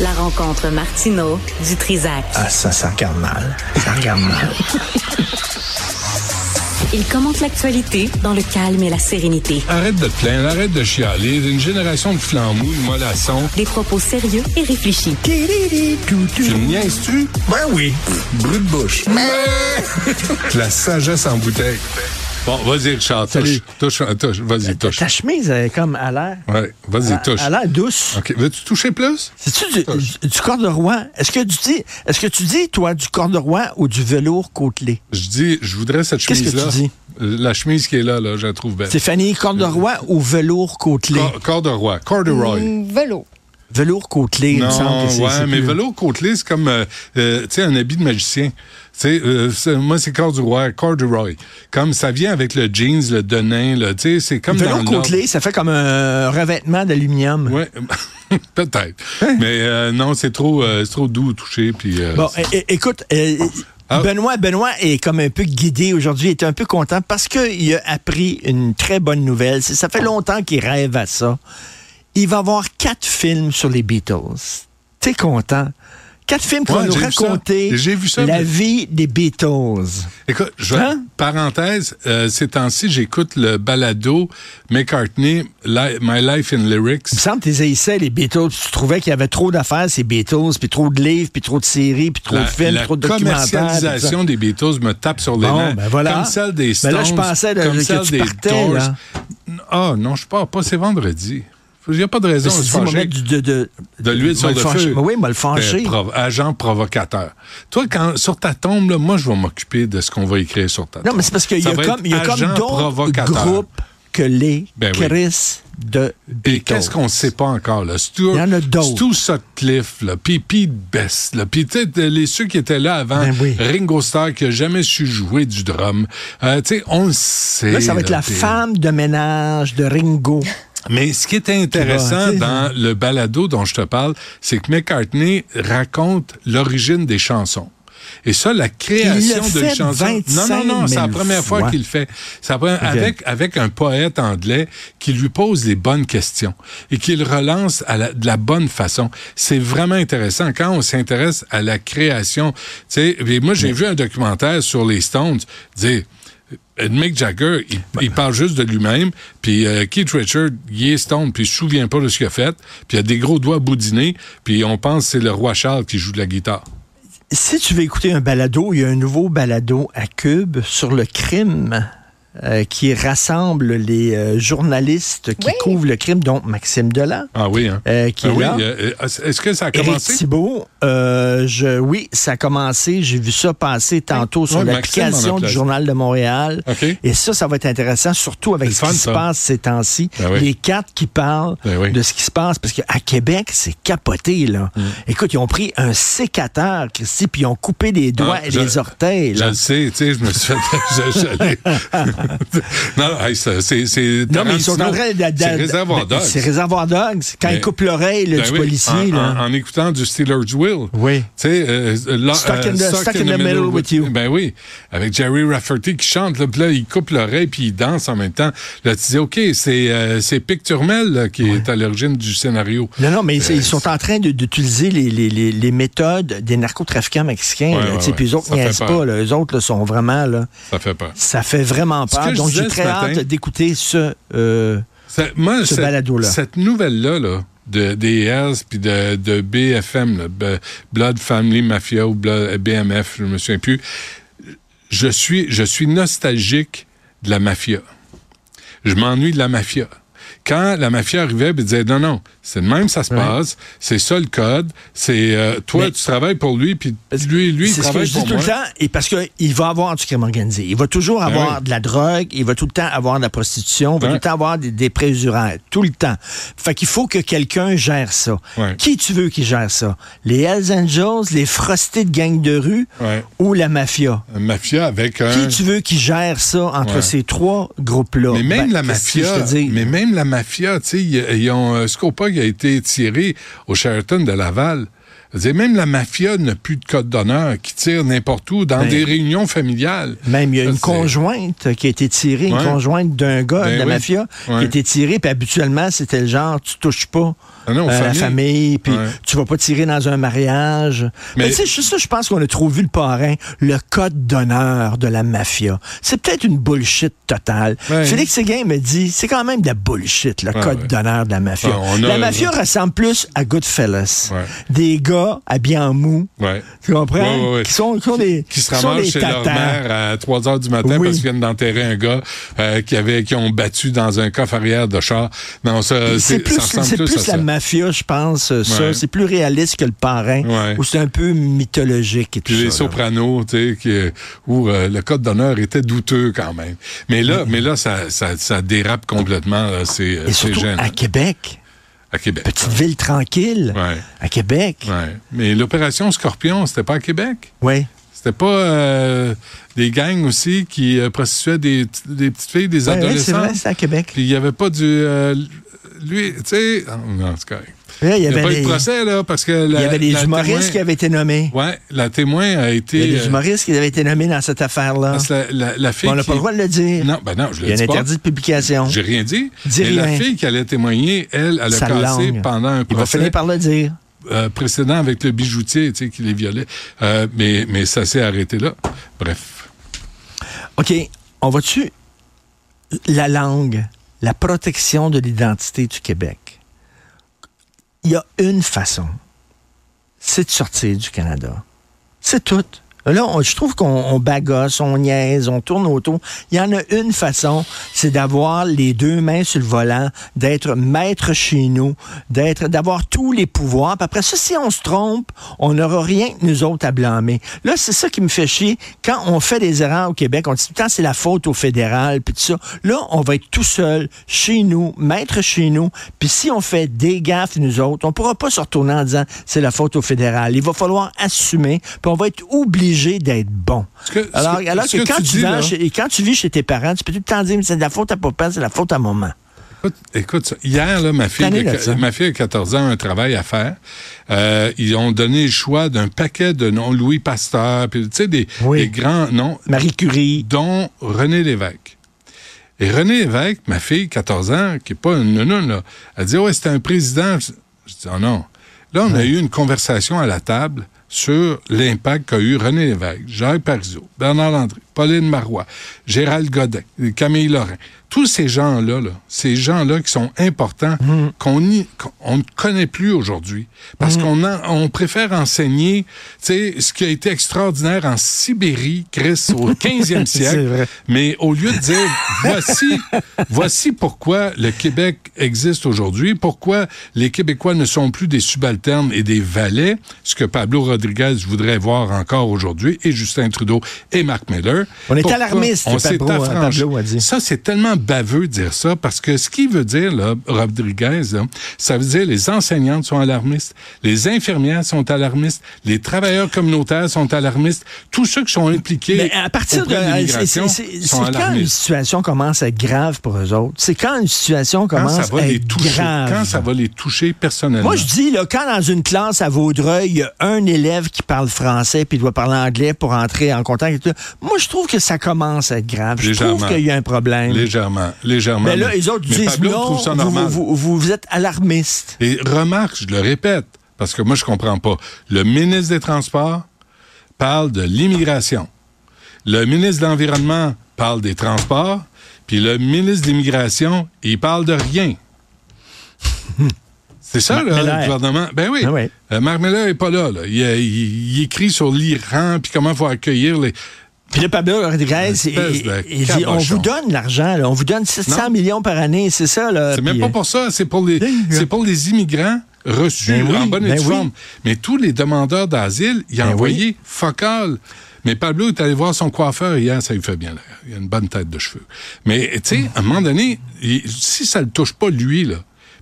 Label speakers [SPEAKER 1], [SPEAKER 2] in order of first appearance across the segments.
[SPEAKER 1] La rencontre Martino du Trizac.
[SPEAKER 2] Ah, ça, ça regarde mal. Ça regarde mal.
[SPEAKER 1] Il commente l'actualité dans le calme et la sérénité.
[SPEAKER 3] Arrête de te plaindre, arrête de chialer. Une génération de flambouilles, mollassons.
[SPEAKER 1] Des propos sérieux et réfléchis.
[SPEAKER 3] Tu me niaises-tu?
[SPEAKER 2] Ben oui.
[SPEAKER 3] Brut de bouche. La sagesse en bouteille. Bon, vas-y, Richard, touche.
[SPEAKER 4] Salut.
[SPEAKER 3] Touche, euh, touche, vas-y, touche.
[SPEAKER 4] Ta chemise elle est comme à l'air.
[SPEAKER 3] Ouais, vas-y, touche.
[SPEAKER 4] À l'air douce.
[SPEAKER 3] OK, veux-tu toucher plus?
[SPEAKER 4] C'est-tu du, du corduroy? Est-ce que tu dis, est-ce que tu dis, toi, du corduroy ou du velours côtelé?
[SPEAKER 3] Je dis, je voudrais cette
[SPEAKER 4] Qu'est-ce que
[SPEAKER 3] chemise-là.
[SPEAKER 4] tu dis?
[SPEAKER 3] La chemise qui est là, là, je la trouve belle.
[SPEAKER 4] Stéphanie, corduroy ou velours côtelé?
[SPEAKER 3] Cor- Corduroy. Corduroy.
[SPEAKER 5] Vélo.
[SPEAKER 4] Velours côtelé, il me semble que c'est.
[SPEAKER 3] ouais,
[SPEAKER 4] c'est
[SPEAKER 3] mais
[SPEAKER 4] plus-
[SPEAKER 3] vélo côtelé, c'est comme euh, euh, tu sais, un habit de magicien. Tu sais, euh, c'est- moi, c'est corduroy, corduroy. Comme ça vient avec le jeans, le denain, là, tu sais, c'est comme dans
[SPEAKER 4] Velours
[SPEAKER 3] le
[SPEAKER 4] côtelé, ça fait comme un revêtement d'aluminium.
[SPEAKER 3] Nord. Ouais, peut-être. Mais euh, non, c'est trop, euh, c'est trop doux touché. Puis, euh,
[SPEAKER 4] Hein? Bon,
[SPEAKER 3] c'est-
[SPEAKER 4] é- é- écoute, euh,
[SPEAKER 3] Ah.
[SPEAKER 4] Benoît, Benoît est comme un peu guidé aujourd'hui, est un peu content parce qu'il a appris une très bonne nouvelle. C'est- Ça fait longtemps qu'il rêve à ça. Il va avoir quatre films sur les Beatles. T'es content? Quatre films qui
[SPEAKER 3] Ouais,
[SPEAKER 4] vont nous
[SPEAKER 3] j'ai vu ça.
[SPEAKER 4] raconter
[SPEAKER 3] J'ai vu ça,
[SPEAKER 4] la
[SPEAKER 3] mais-
[SPEAKER 4] vie des Beatles.
[SPEAKER 3] Écoute, je vais-
[SPEAKER 4] Hein?
[SPEAKER 3] parenthèse, euh, ces temps-ci, j'écoute le balado McCartney, Li- My Life in Lyrics.
[SPEAKER 4] Il me semble que tu essais les Beatles, puis tu trouvais qu'il y avait trop d'affaires, ces Beatles, puis trop de livres, puis trop de séries, puis trop
[SPEAKER 3] La,
[SPEAKER 4] de films,
[SPEAKER 3] la
[SPEAKER 4] trop de documentaires. puis ça.
[SPEAKER 3] commercialisation des Beatles me tape sur les
[SPEAKER 4] Bon,
[SPEAKER 3] nerfs.
[SPEAKER 4] ben voilà.
[SPEAKER 3] Comme celle des Stones.
[SPEAKER 4] Ben là, je pensais, là,
[SPEAKER 3] comme
[SPEAKER 4] que
[SPEAKER 3] celle
[SPEAKER 4] tu
[SPEAKER 3] des
[SPEAKER 4] partais,
[SPEAKER 3] Doors.
[SPEAKER 4] là.
[SPEAKER 3] Ah non, je pars pas, c'est vendredi. Il n'y a pas de
[SPEAKER 4] Je
[SPEAKER 3] raison
[SPEAKER 4] me
[SPEAKER 3] de
[SPEAKER 4] suis
[SPEAKER 3] se
[SPEAKER 4] Ben, dit, moi,
[SPEAKER 3] fâcher.
[SPEAKER 4] mettre du- de, de,
[SPEAKER 3] De l'huile sur
[SPEAKER 4] moi,
[SPEAKER 3] le
[SPEAKER 4] fâcher.
[SPEAKER 3] feu.
[SPEAKER 4] Mais Oui, moi, le
[SPEAKER 3] Ben,
[SPEAKER 4] fâcher.
[SPEAKER 3] prov- agent provocateur. Toi, quand, sur ta tombe, là, moi, je vais m'occuper de ce qu'on va écrire sur ta tombe.
[SPEAKER 4] Non, mais c'est parce qu'il y
[SPEAKER 3] Ça
[SPEAKER 4] a
[SPEAKER 3] va
[SPEAKER 4] comme,
[SPEAKER 3] être
[SPEAKER 4] il y a comme
[SPEAKER 3] agent
[SPEAKER 4] d'autres
[SPEAKER 3] provocateur.
[SPEAKER 4] groupes que les
[SPEAKER 3] Ben oui.
[SPEAKER 4] Chris de
[SPEAKER 3] Et
[SPEAKER 4] Beatles.
[SPEAKER 3] qu'est-ce qu'on ne sait pas encore? Là? Stuart,
[SPEAKER 4] Il y en a d'autres.
[SPEAKER 3] Stu Sutcliffe, là, puis Pete Best, là, puis tu sais, de- les- ceux qui étaient là avant,
[SPEAKER 4] Ben oui.
[SPEAKER 3] Ringo Starr qui n'a jamais su jouer du drum. Euh, tu sais, on le sait.
[SPEAKER 4] Là, ça va être la
[SPEAKER 3] puis-
[SPEAKER 4] femme de ménage de Ringo.
[SPEAKER 3] Mais ce qui est intéressant
[SPEAKER 4] Qui va,
[SPEAKER 3] dans le balado dont je te parle, c'est que McCartney raconte l'origine des chansons. Et ça, la création
[SPEAKER 4] Il l'a
[SPEAKER 3] d'une
[SPEAKER 4] fait
[SPEAKER 3] chanson. Non,
[SPEAKER 4] 25
[SPEAKER 3] non, non, c'est la
[SPEAKER 4] 000
[SPEAKER 3] première fois,
[SPEAKER 4] fois.
[SPEAKER 3] qu'il le fait. C'est la première-
[SPEAKER 4] Ok.
[SPEAKER 3] avec, avec un poète anglais qui lui pose les bonnes questions et qui le relance à la- de la bonne façon. C'est vraiment intéressant quand on s'intéresse à la création. Tu sais, et moi, j'ai vu un documentaire sur les Stones dire. Euh, Mick Jagger, il, il parle juste de lui-même, puis euh, Keith Richard, il est stone, puis il se souvient pas de ce qu'il a fait, puis il a des gros doigts boudinés, puis on pense que c'est le roi Charles qui joue de la guitare.
[SPEAKER 4] Si tu veux écouter un balado, il y a un nouveau balado à Cube sur le crime euh, qui rassemble les euh, journalistes qui
[SPEAKER 5] Oui.
[SPEAKER 4] couvrent le crime, dont Maxime Delan,
[SPEAKER 3] Ah oui, hein?
[SPEAKER 4] euh, qui
[SPEAKER 3] Ah
[SPEAKER 4] est
[SPEAKER 3] oui,
[SPEAKER 4] là.
[SPEAKER 3] euh, euh, est-ce que ça a
[SPEAKER 4] Éric
[SPEAKER 3] commencé?
[SPEAKER 4] Thibault, euh, je, oui, ça a commencé. J'ai vu ça passer tantôt sur
[SPEAKER 3] Ouais, Maxime m'en a
[SPEAKER 4] l'application du
[SPEAKER 3] placé. Ah,
[SPEAKER 4] Journal de Montréal.
[SPEAKER 3] OK.
[SPEAKER 4] Et ça, ça va être intéressant, surtout avec
[SPEAKER 3] C'est
[SPEAKER 4] ce
[SPEAKER 3] le fun,
[SPEAKER 4] qui
[SPEAKER 3] ça.
[SPEAKER 4] se passe ces temps-ci.
[SPEAKER 3] Ben oui.
[SPEAKER 4] Les quatre qui parlent
[SPEAKER 3] Ben oui. Mm.
[SPEAKER 4] de ce qui se passe, parce qu'à Québec, c'est capoté, là. Écoute, ils ont pris un sécateur, Christy, puis ils ont coupé les doigts
[SPEAKER 3] Ah,
[SPEAKER 4] et
[SPEAKER 3] je-
[SPEAKER 4] les orteils.
[SPEAKER 3] Je
[SPEAKER 4] là.
[SPEAKER 3] le sais, tu sais, je me suis fait j'allais- non, non, hey, ça, c'est, c'est
[SPEAKER 4] Non, mais ils sont en
[SPEAKER 3] Tarantino.
[SPEAKER 4] train d'a-
[SPEAKER 3] C'est
[SPEAKER 4] d'a-
[SPEAKER 3] réservoir
[SPEAKER 4] ben,
[SPEAKER 3] Dogs.
[SPEAKER 4] C'est réservoir dogs. Quand
[SPEAKER 3] Mais-
[SPEAKER 4] ils coupent l'oreille là,
[SPEAKER 3] Ben
[SPEAKER 4] du
[SPEAKER 3] oui,
[SPEAKER 4] policier,
[SPEAKER 3] en,
[SPEAKER 4] là.
[SPEAKER 3] en- en écoutant du Steelers Will.
[SPEAKER 4] Oui.
[SPEAKER 3] Tu sais, euh, la-
[SPEAKER 4] Stuck
[SPEAKER 3] euh,
[SPEAKER 4] in the- Stuck in the Middle with You.
[SPEAKER 3] Ben oui, avec Jerry Rafferty qui chante, là, puis là, il coupe l'oreille puis il danse en même temps. Là, tu dis, OK, c'est, euh, c'est Pic Turmel là, qui est à l'origine du scénario.
[SPEAKER 4] Non, non, mais ils-
[SPEAKER 3] Euh,
[SPEAKER 4] ils sont en train de- d'utiliser les, les- les- les méthodes des narcotrafiquants mexicains.
[SPEAKER 3] Ouais,
[SPEAKER 4] là,
[SPEAKER 3] ouais,
[SPEAKER 4] tu sais, Puis
[SPEAKER 3] ouais.
[SPEAKER 4] eux autres
[SPEAKER 3] Ça fait
[SPEAKER 4] niaisent
[SPEAKER 3] peur.
[SPEAKER 4] pas. Là. Eux autres là, sont vraiment... là.
[SPEAKER 3] Ça fait peur.
[SPEAKER 4] Ça fait vraiment
[SPEAKER 3] Ce que
[SPEAKER 4] peur.
[SPEAKER 3] je
[SPEAKER 4] Donc,
[SPEAKER 3] disais
[SPEAKER 4] j'ai
[SPEAKER 3] ce
[SPEAKER 4] très hâte
[SPEAKER 3] matin-
[SPEAKER 4] d'écouter ce... euh,
[SPEAKER 3] Ça- moi,
[SPEAKER 4] Ce
[SPEAKER 3] cette-
[SPEAKER 4] balado-là.
[SPEAKER 3] Cette nouvelle-là, là, de DES puis de, de BFM, là, B- Blood Family Mafia ou Blood- euh, BMF, je me souviens plus, je suis, je suis nostalgique de la mafia. Je m'ennuie de la mafia. Quand la mafia arrivait, puis disait non, non, c'est de même ça se passe, c'est ça le code, c'est euh, toi
[SPEAKER 4] Mais-
[SPEAKER 3] tu travailles pour lui, puis lui, lui, il
[SPEAKER 4] c'est ce que
[SPEAKER 3] travaille
[SPEAKER 4] je dis
[SPEAKER 3] pour
[SPEAKER 4] tout
[SPEAKER 3] moi. Ben
[SPEAKER 4] le temps, et parce qu'il va avoir du crime organisé. Il va toujours avoir
[SPEAKER 3] oui.
[SPEAKER 4] de la drogue, il va tout le temps avoir de la prostitution, il va
[SPEAKER 3] Ouais.
[SPEAKER 4] tout le temps avoir des, des préjuraires, tout le temps. Fait qu'il faut que quelqu'un gère ça.
[SPEAKER 3] Ouais.
[SPEAKER 4] Qui tu veux qui gère ça? Les Hells Angels, les frostés de gang de rue
[SPEAKER 3] Ouais.
[SPEAKER 4] ou la mafia?
[SPEAKER 3] La Mafia avec un.
[SPEAKER 4] Qui tu veux qui gère ça entre
[SPEAKER 3] Ouais.
[SPEAKER 4] ces trois groupes-là?
[SPEAKER 3] Mais même
[SPEAKER 4] Ben,
[SPEAKER 3] la
[SPEAKER 4] qu'est-ce que
[SPEAKER 3] mafia,
[SPEAKER 4] je te dis?
[SPEAKER 3] mais même la mafia, tu sais, ils ils ont euh, Scopa qui a été tiré au Sheraton de Laval. Je veux dire, Même la mafia n'a plus de code d'honneur qui tire n'importe où dans
[SPEAKER 4] Ben.
[SPEAKER 3] des réunions familiales.
[SPEAKER 4] Même il y a
[SPEAKER 3] Ça,
[SPEAKER 4] une
[SPEAKER 3] c'est-
[SPEAKER 4] conjointe qui a été tirée,
[SPEAKER 3] Ouais.
[SPEAKER 4] une conjointe d'un gars
[SPEAKER 3] Ben
[SPEAKER 4] de la
[SPEAKER 3] oui.
[SPEAKER 4] mafia qui
[SPEAKER 3] Ouais.
[SPEAKER 4] a été tirée, puis habituellement, c'était le genre tu touches pas.
[SPEAKER 3] Ah Non, non,
[SPEAKER 4] euh, la
[SPEAKER 3] famille.
[SPEAKER 4] famille, puis
[SPEAKER 3] Ouais.
[SPEAKER 4] tu vas pas tirer dans un mariage.
[SPEAKER 3] Mais-
[SPEAKER 4] Mais, tu sais, je- ça, je pense qu'on a trop vu le parrain, le code d'honneur de la mafia. C'est peut-être une bullshit totale.
[SPEAKER 3] Ouais.
[SPEAKER 4] Félix Séguin me dit, c'est quand même de la bullshit, le
[SPEAKER 3] Ouais,
[SPEAKER 4] code
[SPEAKER 3] ouais.
[SPEAKER 4] d'honneur de la mafia.
[SPEAKER 3] Ah, on a-
[SPEAKER 4] la mafia ressemble plus à Goodfellas.
[SPEAKER 3] Ouais.
[SPEAKER 4] Des gars habillés en mou,
[SPEAKER 3] Ouais.
[SPEAKER 4] tu comprends?
[SPEAKER 3] Ouais, ouais, ouais.
[SPEAKER 4] Qui, sont, qui sont des
[SPEAKER 3] qui se
[SPEAKER 4] qui sont
[SPEAKER 3] ramassent
[SPEAKER 4] des
[SPEAKER 3] chez leur
[SPEAKER 4] tatas.
[SPEAKER 3] mère à 3 heures du matin
[SPEAKER 4] Oui.
[SPEAKER 3] parce qu'ils viennent d'enterrer un gars euh, qui avait qui ont battu dans un coffre arrière de char. Non, ça,
[SPEAKER 4] C'est plus,
[SPEAKER 3] Euh, ça ressemble
[SPEAKER 4] c'est
[SPEAKER 3] plus
[SPEAKER 4] plus
[SPEAKER 3] à
[SPEAKER 4] la
[SPEAKER 3] ça.
[SPEAKER 4] mafia, je pense, euh, ça.
[SPEAKER 3] Ouais.
[SPEAKER 4] C'est plus réaliste que le parrain,
[SPEAKER 3] Ouais.
[SPEAKER 4] où c'est un peu mythologique et tout
[SPEAKER 3] Puis les
[SPEAKER 4] ça. là.
[SPEAKER 3] sopranos, tu sais, qui- où euh, le code d'honneur était douteux quand même. Mais là, mais là, ça, ça, ça dérape complètement. là. C'est euh,
[SPEAKER 4] Et
[SPEAKER 3] c'est
[SPEAKER 4] surtout
[SPEAKER 3] gênant.
[SPEAKER 4] à Québec,
[SPEAKER 3] À Québec.
[SPEAKER 4] petite ville tranquille,
[SPEAKER 3] Ouais.
[SPEAKER 4] à Québec.
[SPEAKER 3] Ouais. Mais l'opération Scorpion, c'était pas à Québec.
[SPEAKER 4] Ouais.
[SPEAKER 3] C'était pas euh, des gangs aussi qui euh, prostituaient des, t- des petites filles, des
[SPEAKER 4] Ouais, ouais, c'est
[SPEAKER 3] adolescents.
[SPEAKER 4] vrai, c'est à Québec.
[SPEAKER 3] Puis il n'y avait pas du. euh, lui, tu sais. ah, Non, c'est correct.
[SPEAKER 4] Ouais, Il y
[SPEAKER 3] Il n'y a
[SPEAKER 4] avait
[SPEAKER 3] pas eu
[SPEAKER 4] les,
[SPEAKER 3] de procès, là, parce que.
[SPEAKER 4] il y
[SPEAKER 3] la-
[SPEAKER 4] avait les
[SPEAKER 3] la
[SPEAKER 4] humoristes
[SPEAKER 3] témoin-
[SPEAKER 4] qui avaient été nommés.
[SPEAKER 3] Ouais, la témoin a été.
[SPEAKER 4] Il y a
[SPEAKER 3] euh,
[SPEAKER 4] des humoristes qui avaient été nommés dans cette affaire-là.
[SPEAKER 3] parce que la, la- la fille.
[SPEAKER 4] On n'a
[SPEAKER 3] qui-
[SPEAKER 4] pas le droit de le dire.
[SPEAKER 3] Non, ben non, je
[SPEAKER 4] Il y
[SPEAKER 3] le
[SPEAKER 4] a
[SPEAKER 3] dis
[SPEAKER 4] un
[SPEAKER 3] pas.
[SPEAKER 4] interdit de publication.
[SPEAKER 3] J'ai rien dit.
[SPEAKER 4] Dis
[SPEAKER 3] mais la
[SPEAKER 4] rien.
[SPEAKER 3] fille qui allait témoigner, elle, elle a
[SPEAKER 4] Sa
[SPEAKER 3] cassé
[SPEAKER 4] langue.
[SPEAKER 3] pendant un
[SPEAKER 4] Il va
[SPEAKER 3] procès
[SPEAKER 4] finir par le dire.
[SPEAKER 3] euh, précédent avec le bijoutier, tu sais, qui les violait. Euh, mais, mais ça s'est arrêté là. Bref.
[SPEAKER 4] OK, on va dessus. La langue, la protection de l'identité du Québec. Il y a une façon, c'est de sortir du Canada. C'est tout. Là, on- je trouve qu'on on bagosse, on niaise, on tourne autour. Il y en a une façon, c'est d'avoir les deux mains sur le volant, d'être maître chez nous, d'être, d'avoir tous les pouvoirs. Puis après ça, si on se trompe, on n'aura rien que nous autres à blâmer. Là, c'est ça qui me fait chier. Quand on fait des erreurs au Québec, on dit tout le temps c'est la faute au fédéral, puis tout ça. Là, on va être tout seul, chez nous, maître chez nous. Puis si on fait des gaffes, nous autres, on pourra pas se retourner en disant c'est la faute au fédéral. Il va falloir assumer, puis on va être obligé d'être bon.
[SPEAKER 3] Ce que- ce
[SPEAKER 4] alors
[SPEAKER 3] que-
[SPEAKER 4] alors
[SPEAKER 3] ce
[SPEAKER 4] que,
[SPEAKER 3] que
[SPEAKER 4] quand,
[SPEAKER 3] tu
[SPEAKER 4] tu
[SPEAKER 3] dis,
[SPEAKER 4] vas
[SPEAKER 3] là-
[SPEAKER 4] chez- et quand tu vis chez tes parents, tu peux tout le temps dire mais c'est de la faute à papa, c'est de la faute à maman.
[SPEAKER 3] Écoute, écoute ça. hier, là, ma, fille
[SPEAKER 4] T'en es
[SPEAKER 3] de,
[SPEAKER 4] là, ça.
[SPEAKER 3] ma fille a 14 ans a un travail à faire. Euh, ils ont donné le choix d'un paquet de noms, Louis Pasteur, puis tu sais, des,
[SPEAKER 4] Oui.
[SPEAKER 3] des grands noms,
[SPEAKER 4] Marie Curie.
[SPEAKER 3] dont René Lévesque. Et René Lévesque, ma fille, 14 ans, qui n'est pas une nounoune, là, elle dit Ouais, c'était un président. Je je dis Oh non. Là, on a eu une conversation à la table sur l'impact qu'a eu René Lévesque, Jacques Parizeau, Bernard Landry, Pauline Marois, Gérald Godin, Camille Lorrain. Tous ces gens-là, là, ces gens-là qui sont importants,
[SPEAKER 4] Mm.
[SPEAKER 3] qu'on y- qu'on ne connaît plus aujourd'hui. Parce qu'on en- on préfère enseigner tu sais, ce qui a été extraordinaire en Sibérie, Chris, au 15e
[SPEAKER 4] C'est
[SPEAKER 3] siècle.
[SPEAKER 4] vrai.
[SPEAKER 3] Mais au lieu de dire voici, voici pourquoi le Québec existe aujourd'hui, pourquoi les Québécois ne sont plus des subalternes et des valets, ce que Pablo Rodriguez voudrait voir encore aujourd'hui, et Justin Trudeau et Marc Miller.
[SPEAKER 4] On est
[SPEAKER 3] Pourquoi
[SPEAKER 4] alarmiste,
[SPEAKER 3] On s'est
[SPEAKER 4] Pablo, euh,
[SPEAKER 3] affranchi.
[SPEAKER 4] Pablo a dit.
[SPEAKER 3] Ça, c'est tellement baveux de dire ça, parce que ce qu'il veut dire, là, Rodriguez, là, ça veut dire les enseignantes sont alarmistes, les infirmières sont alarmistes, les travailleurs communautaires sont alarmistes, tous ceux qui sont impliqués
[SPEAKER 4] Mais Ben, à partir de.
[SPEAKER 3] auprès
[SPEAKER 4] c'est-
[SPEAKER 3] l'immigration
[SPEAKER 4] c'est- C'est c'est
[SPEAKER 3] sont
[SPEAKER 4] quand une
[SPEAKER 3] alarmistes.
[SPEAKER 4] situation commence à être grave pour eux autres. C'est quand une situation
[SPEAKER 3] Quand ça
[SPEAKER 4] commence
[SPEAKER 3] va
[SPEAKER 4] à
[SPEAKER 3] les
[SPEAKER 4] être
[SPEAKER 3] toucher,
[SPEAKER 4] grave.
[SPEAKER 3] quand ça va les toucher personnellement.
[SPEAKER 4] Moi, je dis, là, quand dans une classe à Vaudreuil, il y a un élève qui parle français puis doit parler anglais pour entrer en contact et tout, moi, je trouve que ça commence à être grave. Je
[SPEAKER 3] Légèrement.
[SPEAKER 4] trouve qu'il y a un problème.
[SPEAKER 3] légèrement, légèrement.
[SPEAKER 4] Mais Ben là, les autres
[SPEAKER 3] mais
[SPEAKER 4] disent
[SPEAKER 3] Pablo
[SPEAKER 4] non,
[SPEAKER 3] trouve ça
[SPEAKER 4] vous-
[SPEAKER 3] normal.
[SPEAKER 4] vous, vous- vous êtes alarmiste.
[SPEAKER 3] Et remarque, je le répète, parce que moi, je comprends pas. Le ministre des Transports parle de l'immigration. Le ministre de l'Environnement parle des transports. Puis le ministre de l'Immigration, il parle de rien. C'est ça,
[SPEAKER 4] Marc
[SPEAKER 3] là, le
[SPEAKER 4] Miller.
[SPEAKER 3] gouvernement. Ben oui.
[SPEAKER 4] Ah ouais.
[SPEAKER 3] Euh, Marc Miller n'est pas là. là. Il, euh, il- il écrit sur l'Iran, puis comment il faut accueillir les...
[SPEAKER 4] Puis là, Pablo Rodriguez, il,
[SPEAKER 3] espèce de
[SPEAKER 4] il dit, on
[SPEAKER 3] cabochon.
[SPEAKER 4] vous donne l'argent, là, on vous donne 700
[SPEAKER 3] Non.
[SPEAKER 4] millions par année, c'est ça, là.
[SPEAKER 3] C'est même
[SPEAKER 4] Puis, euh,
[SPEAKER 3] pas pour ça, c'est pour les,
[SPEAKER 4] Ding.
[SPEAKER 3] c'est pour les immigrants reçus
[SPEAKER 4] Ben oui,
[SPEAKER 3] en bonne et
[SPEAKER 4] ben
[SPEAKER 3] due
[SPEAKER 4] oui.
[SPEAKER 3] forme. Mais tous les demandeurs d'asile, ils ont
[SPEAKER 4] Ben
[SPEAKER 3] envoyé focal. Mais Pablo est allé voir son coiffeur hier, ça lui fait bien l'air. Il a une bonne tête de cheveux. Mais tu sais, à un moment donné, il- si ça le touche pas lui là,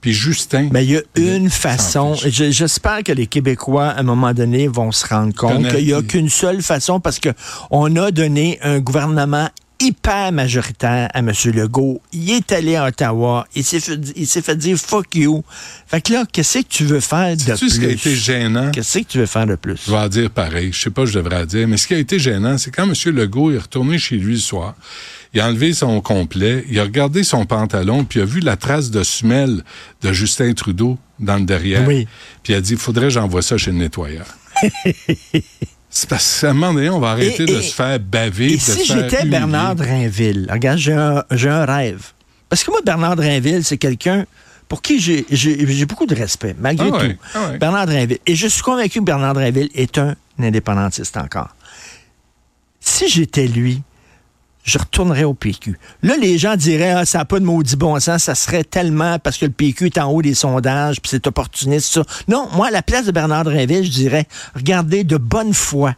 [SPEAKER 3] puis Justin.
[SPEAKER 4] Mais Ben, il y a une
[SPEAKER 3] s'en
[SPEAKER 4] façon.
[SPEAKER 3] fiche.
[SPEAKER 4] Je- J'espère que les Québécois, à un moment donné, vont se rendre compte
[SPEAKER 3] Connaître
[SPEAKER 4] qu'il n'y a
[SPEAKER 3] les-
[SPEAKER 4] qu'une seule façon parce que on a donné un gouvernement hyper majoritaire à M. Legault. Il est allé à Ottawa. Il s'est fait, il s'est fait dire fuck you. Fait que là, qu'est-ce que tu veux faire de
[SPEAKER 3] Sais-tu
[SPEAKER 4] plus?
[SPEAKER 3] ce qui a été gênant?
[SPEAKER 4] Qu'est-ce que tu veux faire de plus?
[SPEAKER 3] Je vais en dire pareil. Je sais pas, je devrais en dire. Mais ce qui a été gênant, c'est quand M. Legault est retourné chez lui le soir. Il a enlevé son complet, il a regardé son pantalon, puis il a vu la trace de semelle de Justin Trudeau dans le derrière.
[SPEAKER 4] Oui.
[SPEAKER 3] Puis il a dit, faudrait que j'envoie ça chez le nettoyeur. C'est parce qu'à un moment donné, on va arrêter
[SPEAKER 4] Et-
[SPEAKER 3] de
[SPEAKER 4] et-
[SPEAKER 3] se faire baver.
[SPEAKER 4] Et
[SPEAKER 3] de se
[SPEAKER 4] si
[SPEAKER 3] faire
[SPEAKER 4] j'étais
[SPEAKER 3] humilier.
[SPEAKER 4] Bernard Drainville, regarde, j'ai un, j'ai un rêve. Parce que moi, Bernard Drainville, c'est quelqu'un pour qui j'ai- j'ai j'ai beaucoup de respect, malgré
[SPEAKER 3] Ah
[SPEAKER 4] tout.
[SPEAKER 3] ouais, ah ouais.
[SPEAKER 4] Bernard Drainville. Et je suis convaincu que Bernard Drainville est un indépendantiste encore. Si j'étais lui, je retournerais au PQ. Là, les gens diraient, ah, ça n'a pas de maudit bon sens, ça serait tellement parce que le PQ est en haut des sondages, puis c'est opportuniste, ça. Non, moi, à la place de Bernard Drainville, je dirais, regardez, de bonne foi.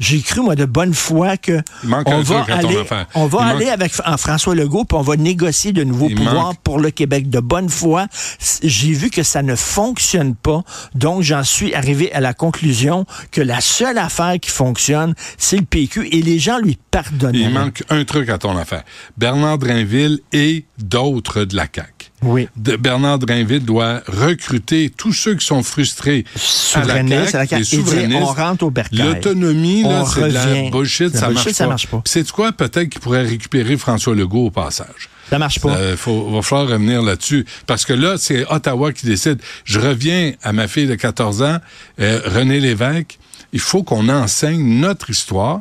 [SPEAKER 4] J'ai cru, moi, de bonne foi que
[SPEAKER 3] Il manque
[SPEAKER 4] on
[SPEAKER 3] un
[SPEAKER 4] va
[SPEAKER 3] truc à ton
[SPEAKER 4] aller,
[SPEAKER 3] affaire.
[SPEAKER 4] on va
[SPEAKER 3] Il
[SPEAKER 4] aller
[SPEAKER 3] manque-
[SPEAKER 4] avec F- en François Legault, puis on va négocier de nouveaux
[SPEAKER 3] Il
[SPEAKER 4] pouvoirs
[SPEAKER 3] manque-
[SPEAKER 4] pour le Québec. De bonne foi, S- j'ai vu que ça ne fonctionne pas, donc j'en suis arrivé à la conclusion que la seule affaire qui fonctionne, c'est le PQ, et les gens lui pardonnent.
[SPEAKER 3] Il manque un truc à ton affaire. Bernard Drainville et d'autres de la CAQ.
[SPEAKER 4] Oui.
[SPEAKER 3] De- Bernard Drainville doit recruter tous ceux qui sont frustrés
[SPEAKER 4] Souverainistes, à la
[SPEAKER 3] à la
[SPEAKER 4] CAQ,
[SPEAKER 3] CAQ,
[SPEAKER 4] et
[SPEAKER 3] les
[SPEAKER 4] dire,
[SPEAKER 3] souverainistes.
[SPEAKER 4] on rentre au bercail.
[SPEAKER 3] L'autonomie,
[SPEAKER 4] On
[SPEAKER 3] là, c'est de
[SPEAKER 4] revient.
[SPEAKER 3] la bullshit,
[SPEAKER 4] La
[SPEAKER 3] ça,
[SPEAKER 4] bullshit,
[SPEAKER 3] marche
[SPEAKER 4] ça
[SPEAKER 3] pas.
[SPEAKER 4] marche pas.
[SPEAKER 3] Puis C'est quoi, peut-être qu'il pourrait récupérer François Legault au passage.
[SPEAKER 4] Ça marche pas.
[SPEAKER 3] Euh, faut, va falloir revenir là-dessus. Parce que là, c'est Ottawa qui décide. Je reviens à ma fille de 14 ans, euh, René Lévesque. Il faut qu'on enseigne notre histoire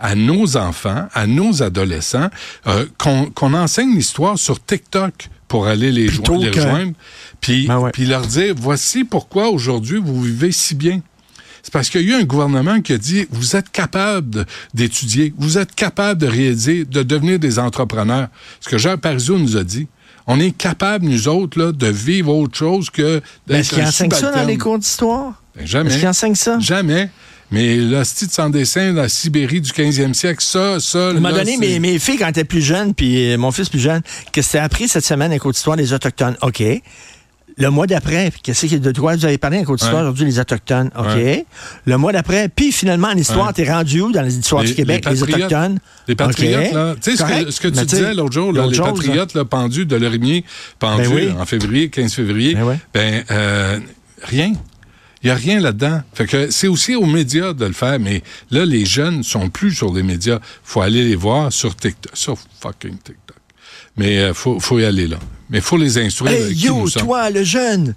[SPEAKER 3] à nos enfants, à nos adolescents, euh, qu'on qu'on enseigne l'histoire sur TikTok pour aller les, jo-
[SPEAKER 4] Plutôt
[SPEAKER 3] les
[SPEAKER 4] que-
[SPEAKER 3] rejoindre, puis
[SPEAKER 4] Ben ouais.
[SPEAKER 3] puis leur dire, voici pourquoi aujourd'hui vous vivez si bien. C'est parce qu'il y a eu un gouvernement qui a dit vous êtes capable de- d'étudier, vous êtes capable de réaliser, de devenir des entrepreneurs. Ce que Jean Parizeau nous a dit. On est capable, nous autres, là, de vivre autre chose que d'être
[SPEAKER 4] Ben, Est-ce qu'il
[SPEAKER 3] un
[SPEAKER 4] enseigne ça dans
[SPEAKER 3] subalterne.
[SPEAKER 4] les cours d'histoire?
[SPEAKER 3] Ben, jamais.
[SPEAKER 4] Est-ce qu'il enseigne ça?
[SPEAKER 3] Jamais. Mais l'hostie de sans dessin, la Sibérie du 15e siècle, ça, ça.
[SPEAKER 4] Il m'a
[SPEAKER 3] là,
[SPEAKER 4] donné
[SPEAKER 3] c'est-
[SPEAKER 4] mes, mes filles quand elles étaient plus jeunes, puis euh, mon fils plus jeune, que c'était appris cette semaine à cours d'histoire des Autochtones. OK. Le mois d'après, puis qu'est-ce que de quoi vous avez parlé en cours d'histoire
[SPEAKER 3] Ouais.
[SPEAKER 4] aujourd'hui, les Autochtones? OK.
[SPEAKER 3] Ouais.
[SPEAKER 4] Le mois d'après, puis finalement, en histoire,
[SPEAKER 3] Ouais.
[SPEAKER 4] t'es rendu où dans l'histoire du Québec? Les,
[SPEAKER 3] patriotes.
[SPEAKER 4] Autochtones?
[SPEAKER 3] Les patriotes,
[SPEAKER 4] OK.
[SPEAKER 3] là. Tu sais, ce
[SPEAKER 4] Correct.
[SPEAKER 3] que, ce que tu
[SPEAKER 4] Mais tu sais,
[SPEAKER 3] disais l'autre jour, là,
[SPEAKER 4] l'autre
[SPEAKER 3] les
[SPEAKER 4] jour, là.
[SPEAKER 3] patriotes là, pendus de l'Orimier, pendus
[SPEAKER 4] Ben oui.
[SPEAKER 3] en février, 15 février,
[SPEAKER 4] Ben
[SPEAKER 3] ben,
[SPEAKER 4] ouais.
[SPEAKER 3] euh, rien. Il n'y a rien là-dedans. Fait que c'est aussi aux médias de le faire, mais là, les jeunes sont plus sur les médias. faut aller les voir sur TikTok. Sur fucking TikTok. Mais euh, faut, faut y aller là. Mais faut les instruire. de
[SPEAKER 4] Hey,
[SPEAKER 3] qui
[SPEAKER 4] yo,
[SPEAKER 3] nous sommes.
[SPEAKER 4] toi, le jeune,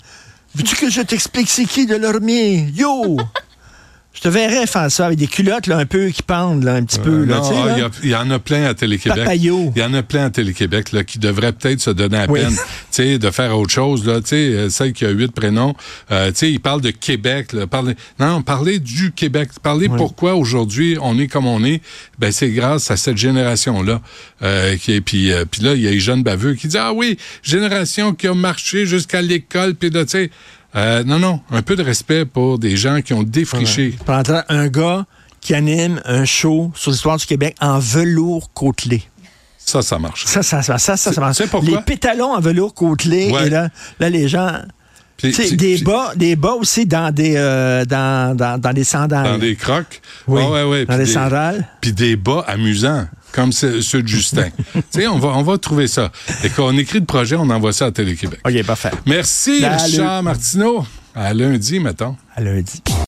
[SPEAKER 4] veux-tu que je t'explique c'est qui de l'ormier? Yo! Je te verrais faire ça avec des culottes là, un peu qui pendent là, un petit peu. Là, hein? tu sais,
[SPEAKER 3] Euh, Non,
[SPEAKER 4] là.
[SPEAKER 3] Ben, il y a- il y, en a plein à Télé-Québec.
[SPEAKER 4] Papayo.
[SPEAKER 3] Il y en a plein à Télé-Québec là, qui devraient peut-être se donner à
[SPEAKER 4] Oui.
[SPEAKER 3] peine tu sais, de faire autre chose. Là, tu sais, euh, celle qui a huit prénoms, euh, tu sais, ils parlent de Québec. Là, parlez- non, parlez du Québec. Parlez pourquoi aujourd'hui on est comme on est. Ben, c'est grâce à cette génération-là. Euh, qui est- puis, euh, puis là, il y a les jeunes baveux qui disent « Ah oui, génération qui a marché jusqu'à l'école. » Puis là, tu sais, euh, non, non, un peu de respect pour des gens qui ont défriché.
[SPEAKER 4] Je prendrais un gars qui anime un show sur l'histoire du Québec en velours côtelé.
[SPEAKER 3] Ça, ça marche.
[SPEAKER 4] Ça, ça, ça, ça, ça, ça marche.
[SPEAKER 3] tu sais pourquoi?
[SPEAKER 4] Les pétalons en velours côtelé,
[SPEAKER 3] Ouais.
[SPEAKER 4] et là, là, les gens.
[SPEAKER 3] Puis-
[SPEAKER 4] Tu sais,
[SPEAKER 3] puis-
[SPEAKER 4] des
[SPEAKER 3] puis-
[SPEAKER 4] bas, des bas aussi dans des, euh, dans, dans, dans des sandales.
[SPEAKER 3] Dans des crocs.
[SPEAKER 4] Oui.
[SPEAKER 3] Ah ouais, ouais.
[SPEAKER 4] Dans
[SPEAKER 3] Puis
[SPEAKER 4] des sandales.
[SPEAKER 3] Puis des bas amusants, comme ce- ceux de Justin. tu sais, on va, on va trouver ça. Et quand on écrit le projet, on envoie ça à Télé-Québec.
[SPEAKER 4] Ok, parfait.
[SPEAKER 3] Merci,
[SPEAKER 4] Salut.
[SPEAKER 3] Richard Martineau. À lundi, mettons.
[SPEAKER 4] À lundi.